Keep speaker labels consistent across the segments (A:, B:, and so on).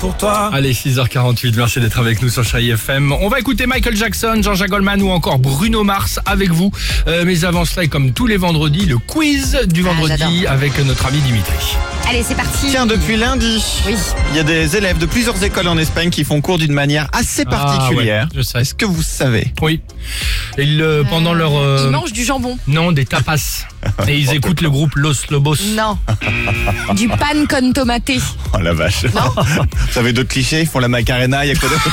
A: pour
B: Ah,
A: toi.
C: Allez, 6h48, merci d'être avec nous sur Chai FM. On va écouter Michael Jackson, Jean-Jacques Goldman ou encore Bruno Mars avec vous. Euh, mais avant cela, et comme tous les vendredis, le quiz du
D: Ah,
C: vendredi avec notre ami Dimitri.
D: Allez, c'est parti.
E: Tiens, depuis lundi,
D: Oui.
E: il y a des élèves de plusieurs écoles en Espagne qui font cours d'une manière assez particulière.
C: Ah ouais, je sais.
E: Est-ce que vous savez
C: Oui. Ils, euh, pendant leur... euh,
D: Ils mangent du jambon.
C: non, des tapas. Et ils écoutent le groupe Los Lobos.
D: Non. du pan con tomaté.
E: Oh la vache. Vous savez d'autres clichés Ils font la macarena, il y a quoi d'autre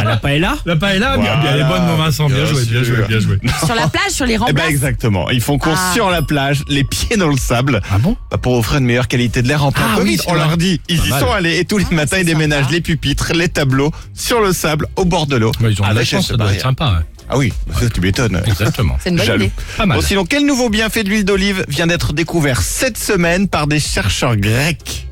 E: Eh
B: La paella
C: La paella, bien, bien,
E: Voilà.
C: elle est bonne, mon Vincent. Bien
E: Bien
C: joué, bien
E: sûr.
C: joué, bien joué.
D: Sur la plage, sur les
E: Eh ben
D: remplaces.
E: exactement. Ils font cours
D: Ah.
E: sur la plage, les pieds dans le sable.
C: Ah bon
E: Bah, Pour offrir une meilleure qualité de l'air en plein
C: Ah
E: Covid,
C: oui, c'est
E: on
C: vrai.
E: leur dit, ils
C: Pas
E: y
C: mal.
E: sont allés et tous les
D: Ah,
E: matins
D: c'est
E: ils déménagent
D: sympa.
E: les pupitres, les tableaux, sur le sable, au bord de l'eau. Ah,
C: Bah, Ils ont de la
E: avec
C: chance,
E: gestes
C: ça doit être
E: barrières.
C: sympa. ouais.
E: Ah oui, ça, tu m'étonnes.
C: Exactement.
D: C'est une bonne
E: Jaloux.
D: idée.
C: Pas mal.
E: Bon, sinon, quel nouveau bienfait de l'huile d'olive vient d'être découvert cette semaine par des chercheurs grecs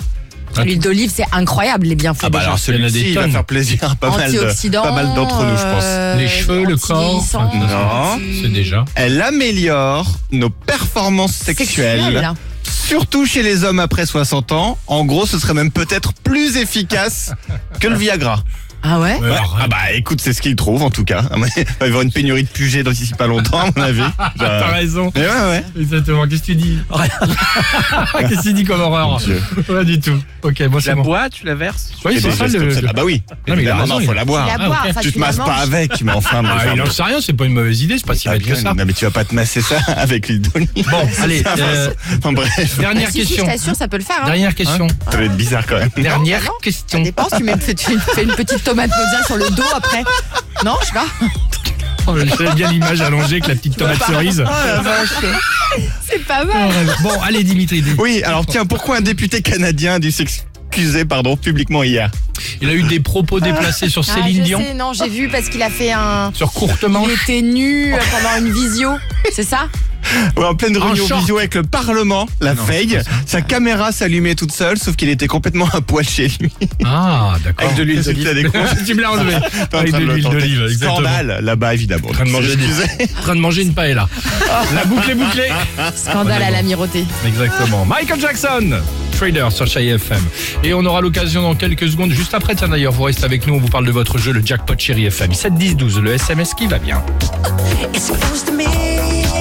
D: L'huile d'olive, c'est incroyable, les bienfaits.
E: Ah bah
D: déjà.
E: alors
C: Il y en a
E: celui-ci
C: des
E: il va
C: tonnes.
E: faire plaisir à pas mal, de-
D: Antioxydants,
E: pas mal d'entre nous, je pense.
D: euh,
C: Les cheveux, le corps.
D: anti-vieillissants,
E: Non.
D: anti-
C: C'est déjà.
E: Elle améliore nos performances
D: Sexuels.
E: sexuelles, surtout chez les hommes après 60 ans. En gros, ce serait même peut-être plus efficace que le Viagra.
D: Ah ouais
C: Ouais, alors,
E: Ah bah écoute, c'est ce qu'ils trouvent en tout cas. Il va y avoir une pénurie de Puget dans d'ici pas longtemps, à mon avis.
C: T'as
E: Genre-
C: raison.
E: Mais ouais, ouais.
C: Exactement. Qu'est-ce que tu dis Qu'est-ce que tu dis comme horreur
E: Dieu.
C: Pas du tout. Ok, moi c'est
B: La
C: bon.
B: bois, tu la verses
C: Oui,
E: Et
C: c'est
E: des
C: ça
E: gestes
C: le.
E: comme Ah bah oui.
C: Non, mais il a
E: Évidemment,
C: raison,
E: non,
C: il
E: faut
C: a-
E: la boire.
D: La
C: Ah,
D: boire,
C: ok.
D: enfin,
E: Tu te
D: tu la
E: masses pas
D: manges.
E: avec, mais enfin. mais
C: Ah,
E: enfin,
C: il en sait rien, c'est pas une mauvaise idée, c'est pas si
E: Ah,
C: bête que
E: bien,
C: ça.
E: Non mais tu vas pas te masser ça avec l'huile d'olive.
C: Bon, allez,
E: Ça va,
C: euh,
E: c'est- Enfin bref,
C: dernière
D: Ah, si, si,
C: question.
D: je t'assure, ça peut le faire. hein.
C: Dernière question.
E: ça va être bizarre quand même.
C: Dernière
D: non, Ça
C: question.
D: dépend, tu, mets, tu fais une petite tomate mozza sur le dos après. Non, je sais pas.
C: Oh, J'avais bien l'image allongée avec la petite tomate
D: Bah.
C: cerise.
D: Ah, C'est pas
C: Oh,
D: mal.
C: rêve. Bon, allez Dimitri, dis-
E: Oui, alors tiens, pourquoi un député canadien a dû s'excuser pardon, publiquement hier
C: il a eu des propos déplacés sur
D: Ah,
C: Céline
D: je
C: Dion,
D: sais, non, j'ai vu parce qu'il a fait un.
C: sur courte
D: Il
C: manche.
D: était nu euh, pendant une visio, c'est ça
E: Ouais, En pleine
C: En
E: réunion
C: short.
E: visio avec le Parlement, la
C: Non,
E: veille,
C: c'est pas
E: sa caméra s'allumait toute seule, sauf qu'il était complètement à poil chez lui.
C: Ah, d'accord.
E: Avec de l'huile
C: C'était
E: d'olive.
C: des- tu me l'as enlevé.
E: En
C: Avec
E: train
C: de
E: le
C: l'huile
E: tenter.
C: d'olive, exactement.
E: Scandale, là-bas évidemment.
C: train de manger des-
E: Excusez.
C: En train de manger une paella. La boucle est bouclée.
D: Scandale à l'amirauté.
C: Exactement. Michael Jackson, trader sur Chai FM. Et on aura l'occasion dans quelques secondes, juste après, tiens d'ailleurs, vous restez avec nous, on vous parle de votre jeu, le jackpot Chéri FM. 7 10 12, le SMS qui va bien.
F: It's supposed to be.